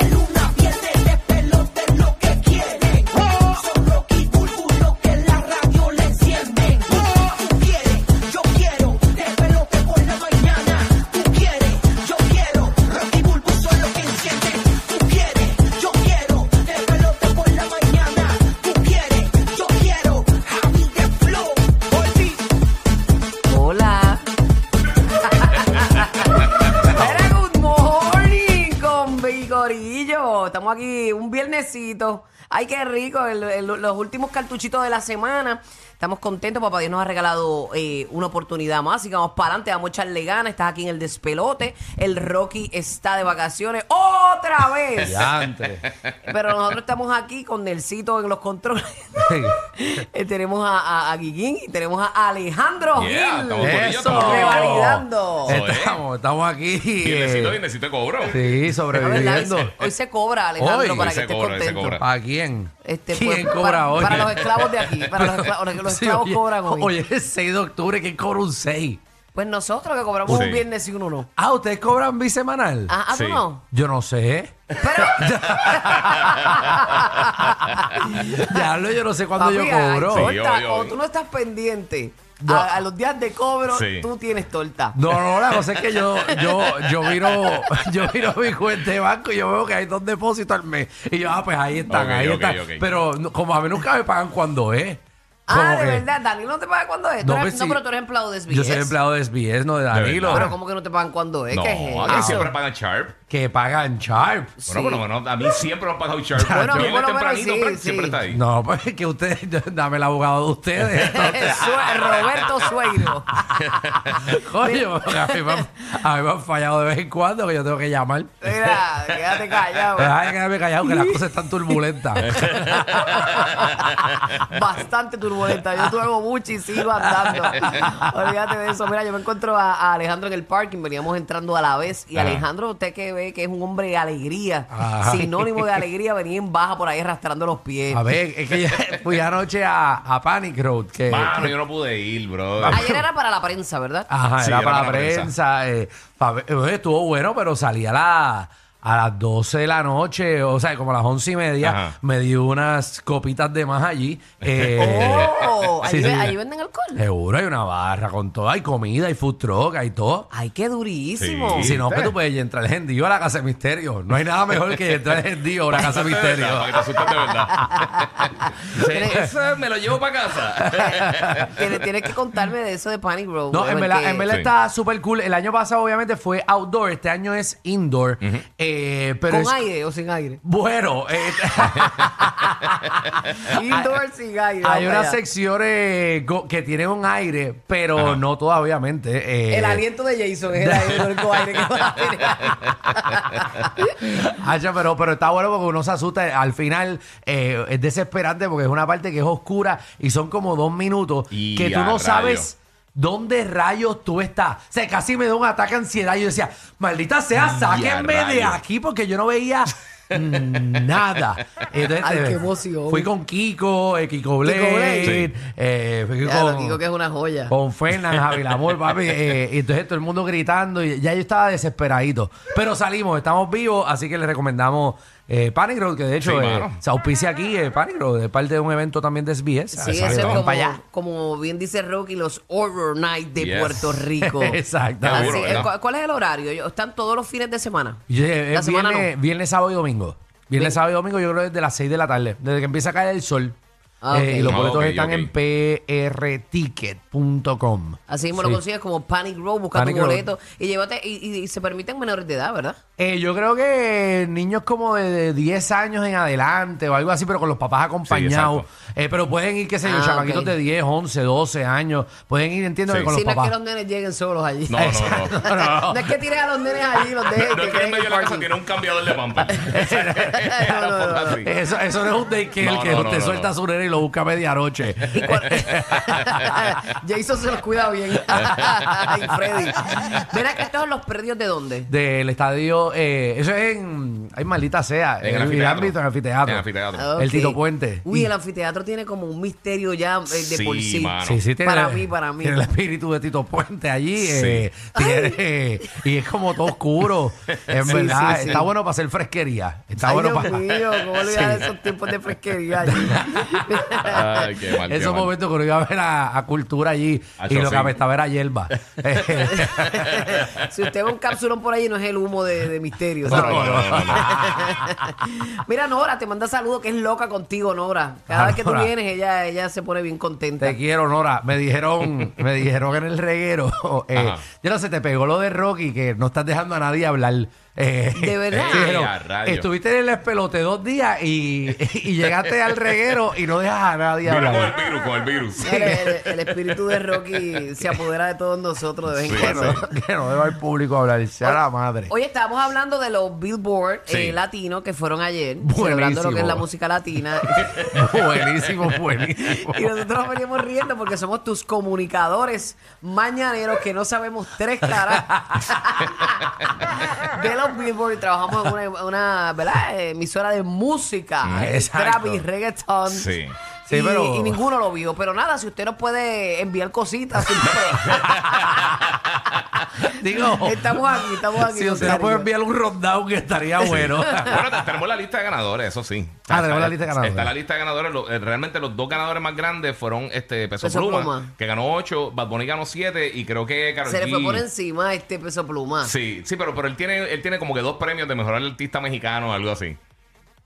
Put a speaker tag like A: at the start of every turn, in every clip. A: El luna pierde de pelota es lo que quiere. Son los bulbulos que la radio le encienden. Tú quieres, yo quiero, de pelota por la mañana. Tú quieres, yo quiero, Rocky Bulbul son los que encienden. Tú quieres, yo quiero, de pelota por la mañana. Tú quieres, yo quiero, Javi de Flow. Volví.
B: Hola. Era good morning con Vigorillo. Estamos aquí un viernesito. Ay, qué rico. el- el- los últimos cartuchitos de la semana. Estamos contentos. Papá Dios nos ha regalado eh, una oportunidad más. Así que vamos para adelante. Vamos a echarle ganas. Estás aquí en el despelote. El Rocky está de vacaciones otra vez.
C: Diantre.
B: Pero nosotros estamos aquí con Nelsito en los controles. Eh, tenemos a, a, a Guiguín y tenemos a Alejandro Gil.
D: Yeah, estamos con
C: Eso.
D: ellos, estamos con ellos.
B: Revalidando.
D: Eso es.
C: estamos, estamos aquí.
D: Y necesito, y
C: eh,
D: necesito cobro.
B: La
C: sí,
B: verdad,
C: sobreviviendo.
B: hoy se- Hoy se cobra, Alejandro,
C: Hoy.
B: para
D: Hoy
B: que
D: se
B: estés
D: cobra, hoy se
B: contento.
D: cobra.
C: ¿A quién?
B: Este,
C: ¿Quién
B: pues,
C: cobra
B: para-
C: hoy?
B: para los esclavos de aquí, para los esclavos- los- los esclavos cobran hoy.
C: Oye, es 6 de octubre, ¿quién cobra un 6?
B: Pues nosotros que cobramos
D: Sí.
B: un viernes y uno no.
C: Ah, ¿ustedes cobran bisemanal?
B: Ah, ah, tú
D: Sí.
B: no.
C: Yo no sé. ya lo, yo no sé cuándo
B: Papi,
C: yo
B: ay,
C: cobro.
D: Sí.
B: torta,
D: yo- yo-
B: o tú no estás pendiente
C: No.
B: a, a los días de cobro,
D: Sí.
B: tú tienes torta.
C: No, no, la cosa es que yo, yo, yo miro, yo miro mi cuenta de banco y yo veo que hay dos depósitos al mes. Y yo, ah, pues ahí están,
D: Ok,
C: ahí
D: ok,
C: están.
D: ok.
C: Pero no- como a mí nunca me pagan cuando es.
B: Ah,
C: Como
B: de
C: que-
B: verdad, Danilo no te paga cuando es. Tú
C: No,
B: eres- No,
C: pues sí.
B: pero tú eres empleado de SBS.
C: Yo soy empleado de SBS, no de Danilo.
B: Pero ¿cómo que no te pagan cuando es?
D: No,
B: ¿Qué es
D: a mí
B: eso?
D: siempre pagan Sharp.
C: Que pagan Sharp.
D: Bueno, por lo menos a mí siempre me han pagado Sharp.
B: Bueno,
D: Yo
B: bueno,
D: desde
B: bueno,
D: tempranito,
B: sí,
D: pero
B: sí.
D: siempre está ahí.
C: No, pues que ustedes, dame el abogado de ustedes.
B: Sue- Roberto Sueiro.
C: Coño, porque a mí, me han, a mí me han fallado de vez en cuando que yo tengo que llamar.
B: Mira, quédate callado.
C: Ay, quédame callado que las cosas están turbulentas.
B: Bastante turbulenta. Yo tuve mucho y sigo andando. Olvídate de eso. Mira, yo me encuentro a, a Alejandro en el parking. Veníamos entrando a la vez. Y
C: Ah.
D: Ajá.
B: Alejandro, usted que ve que es un hombre de alegría,
C: Ajá.
B: sinónimo de alegría, venía en baja por ahí arrastrando los pies.
C: A ver, es que yo fui anoche a, a Panic Road. Que,
D: Mano, yo no pude ir, bro.
C: Ah,
B: Ayer era para la prensa, ¿verdad?
C: Ajá,
D: Sí,
C: era,
D: era
C: para la
D: para la
C: prensa. eh, pa' ver- eh, estuvo bueno, pero salí a, la- a las 12 de la noche, o sea, como a las 11 y media.
D: Ajá.
C: Me di unas copitas de más allí. eh,
B: Oh,
C: sí,
B: allí,
C: Eh.
B: ve-
C: sí.
B: allí venden alcohol.
C: Seguro hay una barra con todo. Hay comida, hay food truck, hay todo.
B: Ay, qué durísimo.
D: Sí.
C: Si no, pues tú puedes entrar el gendío a la casa de misterio. No hay nada mejor que entrar el gendío a la casa de
D: De verdad, Para que te
C: misterio.
D: asustes de verdad. Dice, "Esa me lo llevo para casa.
B: Tienes, tienes que contarme de eso de Panic Row.
C: No,
B: brother,
C: en verdad,
B: que-
C: en verdad
D: Sí.
C: está súper cool. El año pasado, obviamente, fue outdoor. Este año es indoor. Eh,
B: ¿Con
C: pero es-
B: aire o sin aire?
C: Bueno, eh,
B: Indoor sin aire. vamos
C: Ah, hay unas
B: allá.
C: secciones go- que tienen un aire, pero no todas, obviamente. eh,
B: El aliento de Jason es el aire, el único aire que va a tener.
C: Hacha, pero, pero está bueno porque uno se asusta. Al final eh, es desesperante porque es una parte que es oscura y son como dos minutos
D: Y
C: que tú
D: a
C: no
D: rayos.
C: sabes dónde rayos tú estás. O sea, casi me da un ataque de ansiedad. Yo decía, maldita sea,
D: a
C: sáquenme de
D: rayos.
C: aquí porque yo no veía nada. Entonces,
B: Ay,
C: eh,
B: qué emoción.
C: Fui con Kiko, eh, Kiko Blade,
B: Blade.
C: eh, fui
B: Ya, lo
C: con-
B: digo que es una joya.
C: con Fernan, Javi Amor, papi. eh, y entonces todo el mundo gritando y ya yo estaba desesperadito. Pero salimos, estamos vivos, así que les recomendamos eh, Panic Road, que de hecho
D: Sí,
C: eh,
D: mano.
C: se auspicia aquí eh, Panic Road, es parte de un evento también de SBS.
B: Sí,
C: así
B: eso es
C: que vayan
B: como,
C: para allá.
B: como bien dice Rocky, los Horror Night de
D: Yes.
B: Puerto Rico.
C: Exactamente.
B: Así, eh,
D: Seguro, ¿verdad?
B: ¿cu- ¿Cuál es el horario? Yo- ¿Están todos los fines de semana?
C: Y, eh,
B: La
C: es
B: semana
C: viernes,
B: no.
C: viernes, sábado y domingo. Viernes, sábado y domingo, yo creo que desde las 6 de la tarde, desde que empieza a caer el sol.
B: Ah,
C: Eh,
B: ok.
C: y los
D: Ah,
C: boletos
D: ok,
C: están
D: ok.
C: en prticket.com.
B: Así mismo
C: Sí.
B: lo consigues como Panic Row, busca
C: Panic
B: tu
C: Row.
B: boleto y llévate. Y, y- y se permiten menores de edad, ¿verdad?
C: Eh, yo creo que niños como de, de 10 años en adelante o algo así, pero con los papás acompañados. Eh, pero pueden ir, qué sé yo,
B: Ah,
C: chamaquitos
B: ok.
C: de 10, 11, 12 años. Pueden ir, entiendo, que
D: Sí.
C: con
B: si
C: los
B: no es
C: papás.
B: que los nenes lleguen solos allí.
D: No, no, no.
C: No, no, no.
B: No es que tires a los nenes allí, los dejes.
D: No es que en medio de la casa tiene un cambiador de pampa.
C: Eso, eso no es un day care
D: No,
C: que
D: no, no,
C: usted
D: no,
C: suelta
D: no.
C: su nene y lo busca a medianoche.
B: Jason se los cuida bien. Ay, Freddy. Ven acá, ¿estos son los predios de dónde?
C: Del estadio, eh, eso es en, ay maldita sea,
D: En el anfiteatro.
C: ámbito, en el anfiteatro.
D: En el anfiteatro.
B: Ah,
C: El
B: ok.
C: Tito Puente.
B: Uy,
C: Y-
B: el anfiteatro tiene como un misterio ya eh, de
D: Sí,
B: por sí.
D: mano.
C: Sí, sí, tiene
B: Para
C: el-
B: mí, para mí.
C: Tiene el espíritu de Tito Puente allí.
D: Sí.
C: eh, tiene- eh, y es como todo oscuro. En
B: Sí,
C: verdad,
B: sí, sí.
C: está bueno para hacer fresquería. Está
B: Ay,
C: bueno
B: Dios
C: para.
B: mío, ¿cómo le dan
C: Sí.
B: esos tiempos de fresquería allí?
D: Ay, qué mal. qué
C: Esos
D: mal.
C: momentos que uno iba a ver a, a cultura allí
D: Ah,
C: y
D: yo
C: lo que
D: sí.
C: apestaba era hierba.
B: si usted ve un capsulón por ahí, no es el humo de, de misterio.
D: No,
B: ¿sabes?
D: no, no, no, no.
B: Mira, Nora, te manda saludos, que es loca contigo, Nora. Cada
C: Ah,
B: vez que tú
C: Nora.
B: vienes, ella, ella se pone bien contenta.
C: Te quiero, Nora. Me dijeron, me dijeron en el reguero. Eh,
D: Ajá.
C: yo no sé, te pegó lo de Rocky, que no estás dejando a nadie hablar. Eh,
B: ¿De verdad?
C: sí, pero
D: Eh, a rayos.
C: estuviste en el espelote dos días y, y llegaste al reguero y no dejas a nadie
D: Vino con el
C: hablar.
D: virus, con el virus.
B: El, el- el espíritu de Rocky se apodera de todos nosotros de vez en
D: Sí,
B: cuando.
D: sí.
C: Que no deba el público hablar, sea la madre.
B: Hoy estábamos hablando de los Billboard
D: Sí.
B: eh, latinos que fueron ayer,
C: Buenísimo.
B: celebrando lo que es la música latina.
C: buenísimo, buenísimo.
B: Y nosotros nos veníamos riendo porque somos tus comunicadores mañaneros que no sabemos tres caras de los Billboard y trabajamos en una, una, ¿verdad? Eh, emisora de música, eh,
C: Ah, Exacto.
B: trap y reggaeton.
D: Sí.
C: Sí,
B: y,
C: pero-
B: y ninguno lo vio. Pero nada, si usted nos puede enviar cositas. sin problema.
C: Digo,
B: estamos aquí, estamos aquí.
C: si
B: con
C: usted no puede
B: cariño.
C: enviar un rundown, que estaría bueno.
D: Bueno, te- tenemos la lista de ganadores, eso sí.
C: Ah, tenemos
D: Está-
C: la lista de ganadores.
D: Está la lista de ganadores. Lo- eh, realmente los dos ganadores más grandes fueron este Peso,
B: Peso
D: Pluma,
B: Pluma.
D: que ganó 8, Bad Bunny ganó 7 y creo que Karol
B: Se le fue
D: G-
B: por encima este peso pluma.
D: Sí, sí, pero, pero él tiene él tiene como que dos premios de mejor artista mexicano o algo así.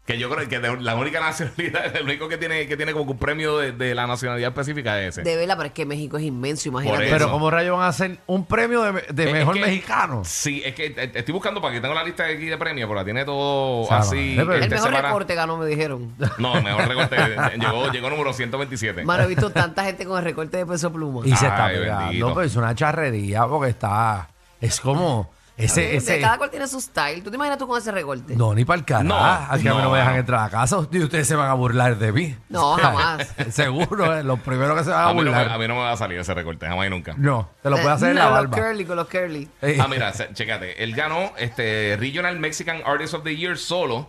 D: Que yo creo que de- la única nacionalidad, el único que tiene que tiene como que un premio de, de la nacionalidad específica es ese.
B: De verdad, pero es que México es inmenso, imagínate.
D: eso.
C: Pero, ¿cómo rayos van a hacer un premio de, de
D: Es-
C: mejor
D: es que-
C: mexicano?
D: Sí, es que eh, estoy buscando para que tengo la lista aquí de premios, pero la tiene todo
C: Sábado.
D: así.
C: Eh, pero-
D: este,
B: el mejor
D: separado.
B: recorte ganó, me dijeron.
D: No, el mejor recorte. eh, llegó, llegó número 127.
B: Mano, he visto tanta gente con el recorte de peso pluma.
C: Y se está
D: Ay,
C: pegando,
D: bendito.
C: pero es una charrería porque está. Es como. Ese.
B: De
C: ese
B: Cada cual tiene su style. ¿Tú te imaginas tú con ese recorte?
C: no, ni para el carajo.
D: No,
C: Así que a mí no
D: no.
C: me dejan entrar a casa. Y ustedes se van a burlar de mí.
B: No, jamás.
C: Seguro, eh, los primeros que se van a
D: A mí, no me,
C: burlar.
D: a mí no me va a salir ese recorte, jamás y nunca.
C: no, te lo puede hacer en
B: No,
C: la
B: Los
C: barba.
B: curly, con los curly.
C: Eh,
D: Ah, mira, se- chécate. Él ganó este Regional Mexican Artist of the Year solo.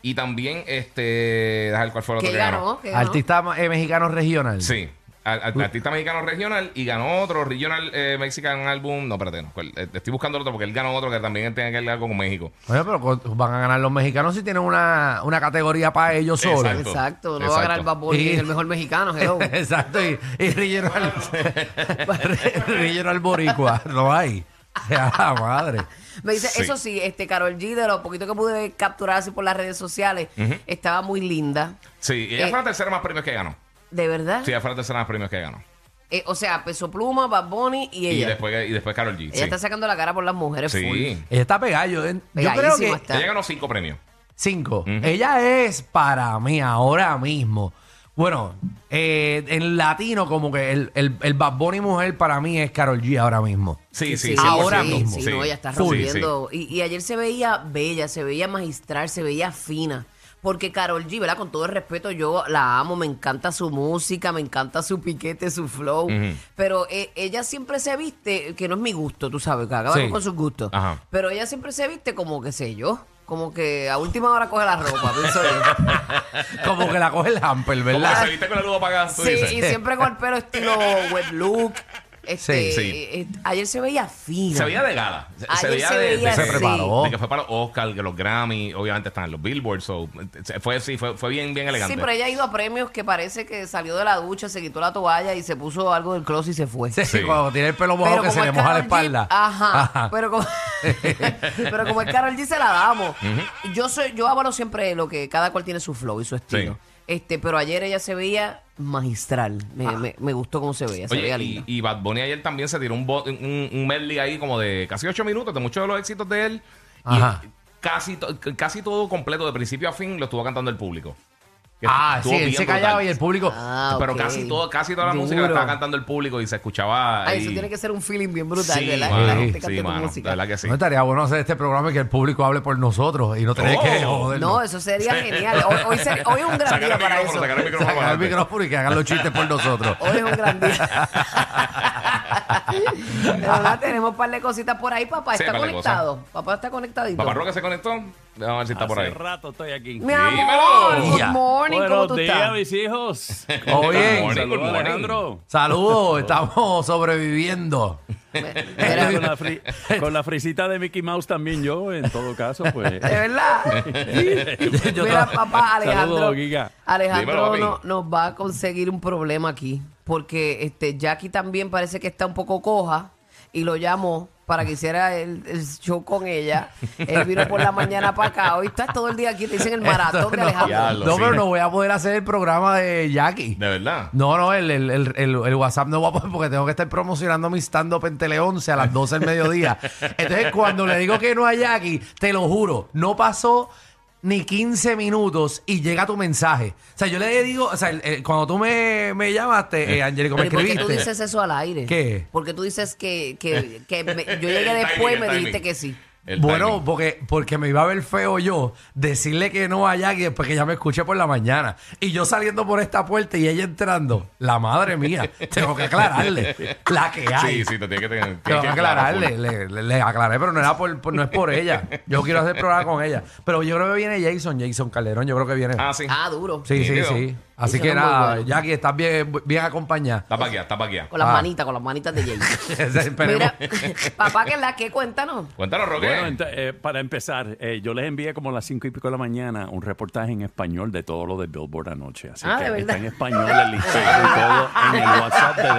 D: Y también, este. Déjame ver cuál fue el otro
B: ¿Qué
D: que
B: ganó? ¿Qué ganó?
C: artista eh, mexicano regional.
D: Sí. Al- al- artista mexicano regional y ganó otro regional eh, mexican álbum. No, espérate, no. cuál- eh, estoy buscando el otro porque él ganó otro que también tiene que ver algo con México.
C: Bueno, pero con- van a ganar los mexicanos si tienen una, una categoría para ellos solos.
D: Exacto.
B: Exacto, no va a
D: Exacto.
B: ganar el Bad Bunny,
C: Y-
B: el mejor mexicano, hello.
C: Exacto, y, y relleno al, relleno al boricua. No hay. Ah, madre.
B: Me dice,
D: Sí.
B: eso sí, este Carol G, de lo poquito que pude capturar así por las redes sociales, estaba muy linda.
D: Sí, y ella
B: Eh.
D: fue la tercera más premios que ganó.
B: De verdad.
D: Sí, ella fue la tercera más premios que ganó.
B: Eh, o sea, Peso Pluma, Bad Bunny y
D: Y
B: ella.
D: después, y después Carol G.
B: ella
D: sí.
B: está sacando la cara por las mujeres
D: Sí.
B: full.
C: Ella está pegada. Yo, yo creo
B: Pegadísima
C: que
B: está.
D: Ella ganó cinco premios.
C: cinco. Ella es para mí ahora mismo. Bueno, eh, en latino, como que el, el, el Bad Bunny mujer para mí es Carol G ahora mismo.
D: Sí, sí, sí.
C: Ahora
B: sí,
C: mismo.
B: Sí,
D: Sí.
B: no, ella está
D: Full.
B: rompiendo. Y, y ayer se veía bella, se veía magistral, se veía fina. Porque Carol G, ¿verdad? Con todo el respeto, yo la amo, me encanta su música, me encanta su piquete, su flow. Pero eh, ella siempre se viste, que no es mi gusto, tú sabes, que acabamos
C: Sí.
B: con sus gustos.
D: Ajá.
B: Pero ella siempre se viste como, qué sé yo, como que a última hora coge la ropa, pienso yo.
C: Como que la coge el hamper,
D: Como que
C: ¿verdad?
D: se viste con la luz apagada, tú
B: Sí,
D: dices.
B: y siempre con el pelo estilo wet look. Este,
C: Sí,
D: sí.
B: eh, ayer se veía fina.
D: Se veía de gala. Se,
B: Ayer
D: veía
B: se
D: de,
B: veía
D: de-
C: Se
B: así.
C: preparó.
D: de que fue para los Oscar, que los Grammy, obviamente están en los Billboards. so, eh, fue, sí, fue, fue bien, bien elegante.
B: Sí, pero ella ha ido a premios que parece que salió de la ducha, se quitó la toalla y se puso algo del closet y se fue.
C: Sí,
D: Sí.
C: cuando tiene el pelo mojado que se
B: como
C: le
B: es
C: moja la
B: Karol G-
C: espalda.
B: ajá, Pero como, pero como es Carol G se la damos. Yo soy, yo abro siempre lo que cada cual tiene su flow y su estilo. Este, pero ayer ella se veía magistral. Me, me- me gustó cómo se veía, se
D: Ah. Oye,
B: veía
D: y,
B: linda.
D: y Bad Bunny ayer también se tiró un, bo- un, un medley ahí como de casi 8 minutos de muchos de los éxitos de él.
C: Ajá.
D: Y casi, to- casi todo completo, de principio a fin, lo estuvo cantando el público. Que
C: Ah,
D: estuvo
C: sí, él
D: bien
C: se callaba
D: brutal.
C: y el público.
B: Ah,
D: Pero
B: ok.
D: casi, todo, casi toda la música la
B: Duro.
D: estaba cantando el público y se escuchaba.
B: Ay,
D: ahí.
B: Ah, eso tiene que ser un feeling bien brutal,
D: sí,
B: ¿verdad? Que
D: mano,
C: la
B: gente cante
D: sí,
B: tu
D: mano,
B: música.
D: de verdad que sí.
C: No estaría bueno hacer este programa y que el público hable por nosotros y no tener
D: Oh.
C: que jodernos.
B: No, eso sería genial. Hoy, hoy ser- hoy es un gran
D: Sacar el
B: día para
D: micrófono,
B: eso.
D: sacar el micrófono.
C: Sacar el
D: adelante.
C: micrófono y que hagan los chistes por nosotros.
B: Hoy es un gran día. Pero nada, tenemos un par de cositas por ahí, papá.
D: Sí,
B: Está
D: par de
B: conectado. Papá está conectadito.
D: Papá Roca se conectó. Vamos a ver si está por ahí.
E: Hace rato estoy aquí.
B: Mi amor,
C: Dímelo.
B: good morning, ¿cómo
E: Buenos
B: tú
E: días,
B: estás?
E: mis hijos.
C: Oh, bien.
D: Good morning, good
E: Saludos,
D: morning.
E: Alejandro.
C: Saludos, estamos sobreviviendo.
B: Mira,
E: Con la, fri- con la frisita de Mickey Mouse también yo, en todo caso, pues.
B: de verdad.
C: Yo
B: Mira,
C: to-
B: papá, Alejandro.
E: Saludos, Giga.
B: Alejandro
D: Dímelo,
B: no-
D: papi.
B: nos va a conseguir un problema aquí. Porque este Jackie también parece que está un poco coja y lo llamó para que hiciera el, el show con ella. Él vino por la mañana para acá. Hoy estás todo el día aquí, te dicen el maratón de
C: no,
D: Ya,
B: Alejandro.
D: lo
C: no,
D: sí.
C: pero no voy a poder hacer el programa de Jackie.
D: De verdad.
C: No, no, el, el, el, el- el WhatsApp no va a poder porque tengo que estar promocionando mi stand-up en Tele 11 a las 12 del mediodía. Entonces, cuando le digo que no a Jackie, te lo juro, no pasó ni 15 minutos y llega tu mensaje. O sea, yo le digo, o sea, el- el- cuando tú me, me llamaste, eh, Angélico, me
B: Pero ¿y ¿Por qué
C: escribiste.
B: tú dices eso al aire?
C: ¿Qué?
B: Porque tú dices que, que, que me- yo llegué
D: El
B: después y
D: timing,
B: me
D: el
B: dijiste
D: timing.
B: que sí.
D: El
C: Bueno,
D: timing.
C: porque, porque me iba a ver feo yo decirle que no a Jackie después que ya me escuché por la mañana. Y yo saliendo por esta puerta y ella entrando. La madre mía, tengo que aclararle. La que hay.
D: Sí, sí, te tiene que tener.
C: Tengo que
D: tienes que
C: aclararle,
D: full.
C: le, le- le aclaré, pero no era por, por- no es por ella. Yo quiero hacer programa con ella. Pero yo creo que viene Jason, Jason Calderón, yo creo que viene.
D: Ah, sí.
B: Ah, duro.
C: sí, sí,
D: nítido.
C: sí. Así
B: Jason
C: que
B: es muy
C: nada,
B: bueno.
C: Jackie, estás bien, bien acompañada.
D: Está para aquí, está para aquí.
B: Con las
C: Ah.
B: manitas, con las manitas de Jay.
C: Esperemos.
B: Mira, papá, que la que cuéntanos.
D: Cuéntanos, Roque.
E: Bueno, ent- eh, para empezar, eh, yo les envié como a las cinco y pico de la mañana un reportaje en español de todo lo de Billboard anoche. Así
B: Ah,
E: que
B: ¿de verdad?
E: está en español el listado y todo en el WhatsApp de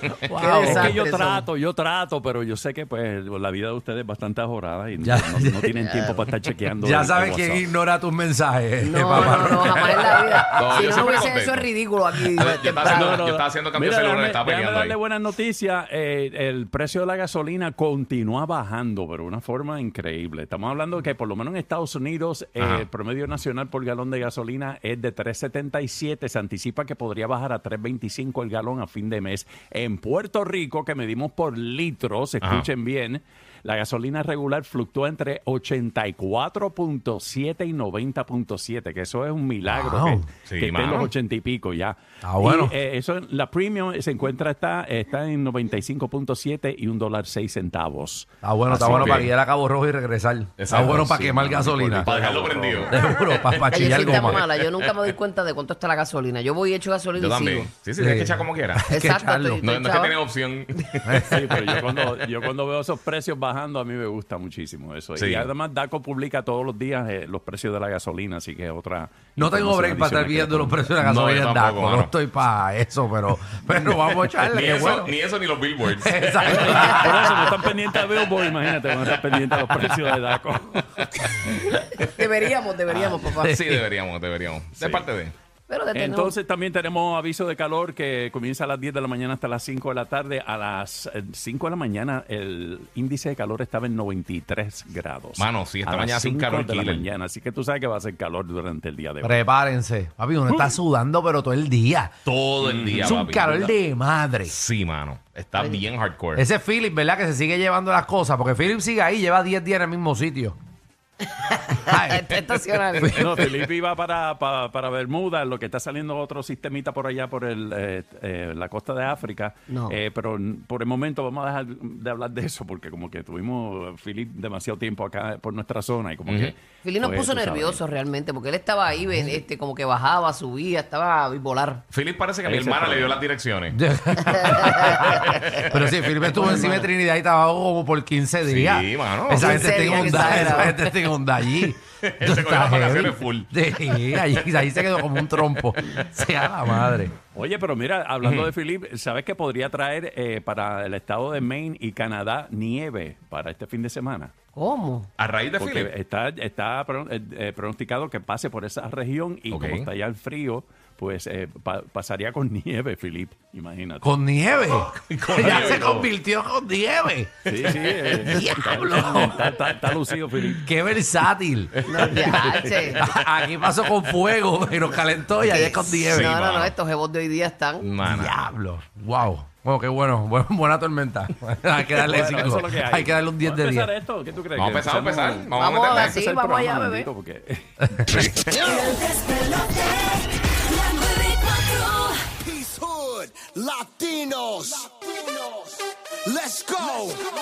B: Qué-
E: Wow.
B: qué
E: es que
B: desastre
E: yo
B: son.
E: trato, yo trato, pero yo sé que pues la vida de ustedes es bastante ajorada y no-
C: Ya.
E: no, no tienen tiempo para estar chequeando. el-
C: ya
E: el
C: sabes quién
E: WhatsApp.
C: ignora tus mensajes,
B: No,
C: papá.
B: no, no, jamás en la vida.
D: No,
B: si
D: yo
B: no, no
D: siempre
B: hubiese
D: contento.
B: eso es ridículo aquí.
D: A ver, yo estaba
B: temprano.
D: haciendo- yo estaba haciendo cambio de
E: Mira,
D: celular,
E: dame-
D: estaba
E: déjame
D: peleando
E: darle
D: ahí.
E: buenas noticias. Eh, el precio de la gasolina continúa bajando, pero de una forma increíble. Estamos hablando que por lo menos en Estados Unidos eh,
D: Ajá.
E: el promedio nacional por galón de gasolina es de 3.77. Se anticipa que podría bajar a 3.25 el galón a fin de mes. En Puerto Rico, que medimos por litros,
D: Ajá.
E: escuchen bien. La gasolina regular fluctúa entre 84.7 y 90.7, que eso es un milagro
C: Wow.
E: que-
D: Sí,
E: que esté en
D: mano.
E: los 80 y pico ya.
C: Ah, bueno.
E: Y, eh, eso, la premium se encuentra, está, está en 95.7 y un dólar 6 centavos.
C: Está bueno, está
D: Así
C: bueno
D: que-
C: para guiar a Cabo Rojo y regresar. está
D: Exacto,
C: Ah, bueno para
D: sí,
C: quemar
D: mano,
C: gasolina.
D: Para dejarlo prendido.
C: Seguro, para, para
B: Ay, yo
C: chillar
B: soy tan
C: goma.
B: mala, yo nunca me doy cuenta de cuánto está la gasolina. Yo voy hecho gasolina
D: Yo
B: y sigo.
D: también. Sí, sí, tienes que echar como quieras.
C: que
B: Exacto,
C: echarlo.
B: estoy-
D: No,
B: estoy
D: no es que
B: chava.
D: tienes opción.
E: Sí, pero yo cuando, yo cuando veo esos precios bajando, a mí me gusta muchísimo eso.
D: Sí.
E: Y además DACO publica todos los días eh, los precios de la gasolina, así que es otra...
C: No tengo break para estar viendo los precios de la
D: No,
C: gasolina
D: yo
C: en
D: tampoco,
C: Daco.
D: mano.
C: No estoy para eso, pero, pero vamos a echarle.
D: ni,
C: qué
D: eso,
C: bueno.
D: ni eso ni los billboards.
C: Exacto.
E: Por eso no están pendientes a Billboard, imagínate, van a estar pendientes a los precios de DACO.
B: Deberíamos, deberíamos,
C: Ah.
B: papá.
D: sí, deberíamos, deberíamos. De
E: Sí.
D: parte de.
B: Pero detenemos.
E: Entonces también tenemos aviso de calor que comienza a las 10 de la mañana hasta las 5 de la tarde. A las eh, 5 de la mañana el índice de calor estaba en 93 grados.
D: Mano, sí, esta
E: A las
D: mañana hace un
E: 5
D: calor
E: de la
D: killer.
E: mañana, así que tú sabes que va a hacer calor durante el día de hoy.
C: Prepárense. Papi, uno está sudando, pero todo el día.
D: Todo el día,
C: Es un
D: Uh. papi.
C: calor de madre.
D: Sí, mano. Está bien hardcore.
C: Ese Philip, ¿verdad? Que se sigue llevando las cosas, porque Philip sigue ahí, lleva 10 días en el mismo sitio. Ay,
B: Está estacionado.
E: No, Felipe iba para, para, para Bermuda, lo que está saliendo otro sistemita por allá, por el, eh, eh, la costa de África.
B: No.
E: Eh, pero n- por el momento vamos a dejar de hablar de eso, porque como que tuvimos, Philip, demasiado tiempo acá por nuestra zona y como que...
B: Fili nos
E: pues,
B: puso
E: tú sabes.
B: nervioso realmente porque él estaba ahí, ven, este, como que bajaba, subía, estaba bipolar.
D: Philip parece que a mi
E: Ese
D: hermana le dio
E: problema.
D: las direcciones.
C: Pero sí, Philip estuvo encima de Trinidad y estaba como por 15 días.
D: mano.
B: 15
C: Esa gente está
B: días que
C: inundada,
B: exagerado.
C: esa gente está inundada allí.
D: cogió
C: Está
D: las
C: heavy.
D: vacaciones full.
C: Sí, ahí, ahí se quedó como un trompo. Sea la madre.
E: Oye, pero mira, hablando de Philip, ¿sabes que podría traer eh, para el estado de Maine y Canadá nieve para este fin de semana?
B: ¿Cómo?
D: A raíz de
E: Porque eh,
D: Philip.
E: está, está pro- eh, eh, pronosticado que pase por esa región y
D: Ok.
E: como está ya el frío, pues eh, pa- pasaría con nieve, Philip. Imagínate.
C: Con nieve.
D: Con
C: ya
D: nieve y
C: se
D: todo.
C: convirtió con nieve.
E: Sí, sí. eh,
C: ¡Diablo!
E: Está, está- está lucido, Philip.
C: ¡Qué versátil!
B: No, ya, che.
C: Aquí pasó con fuego, pero calentó y allá es con nieve.
D: Sí,
B: no, no, no,
D: mano.
B: estos jebos de hoy día están.
D: Mana.
C: Diablo. Wow. Bueno, qué bueno. Bu- buena tormenta. hay que darle
E: Bueno,
C: cinco.
E: eso es lo que
C: hay. que darle un 10
E: ¿Vamos a
C: de 10.
E: empezar esto? ¿Qué tú crees?
D: Vamos a
E: ¿Que
D: empezar, vamos a empezar.
E: empezamos-
D: Vamos a
B: Vamos a
D: meterle.
B: Sí,
E: empezar el
B: vamos
E: programa
B: allá,
E: un
B: bebé.
E: momentito porque-
F: El despelote. La 94.
G: Peace Hood, Latinos. Let's go.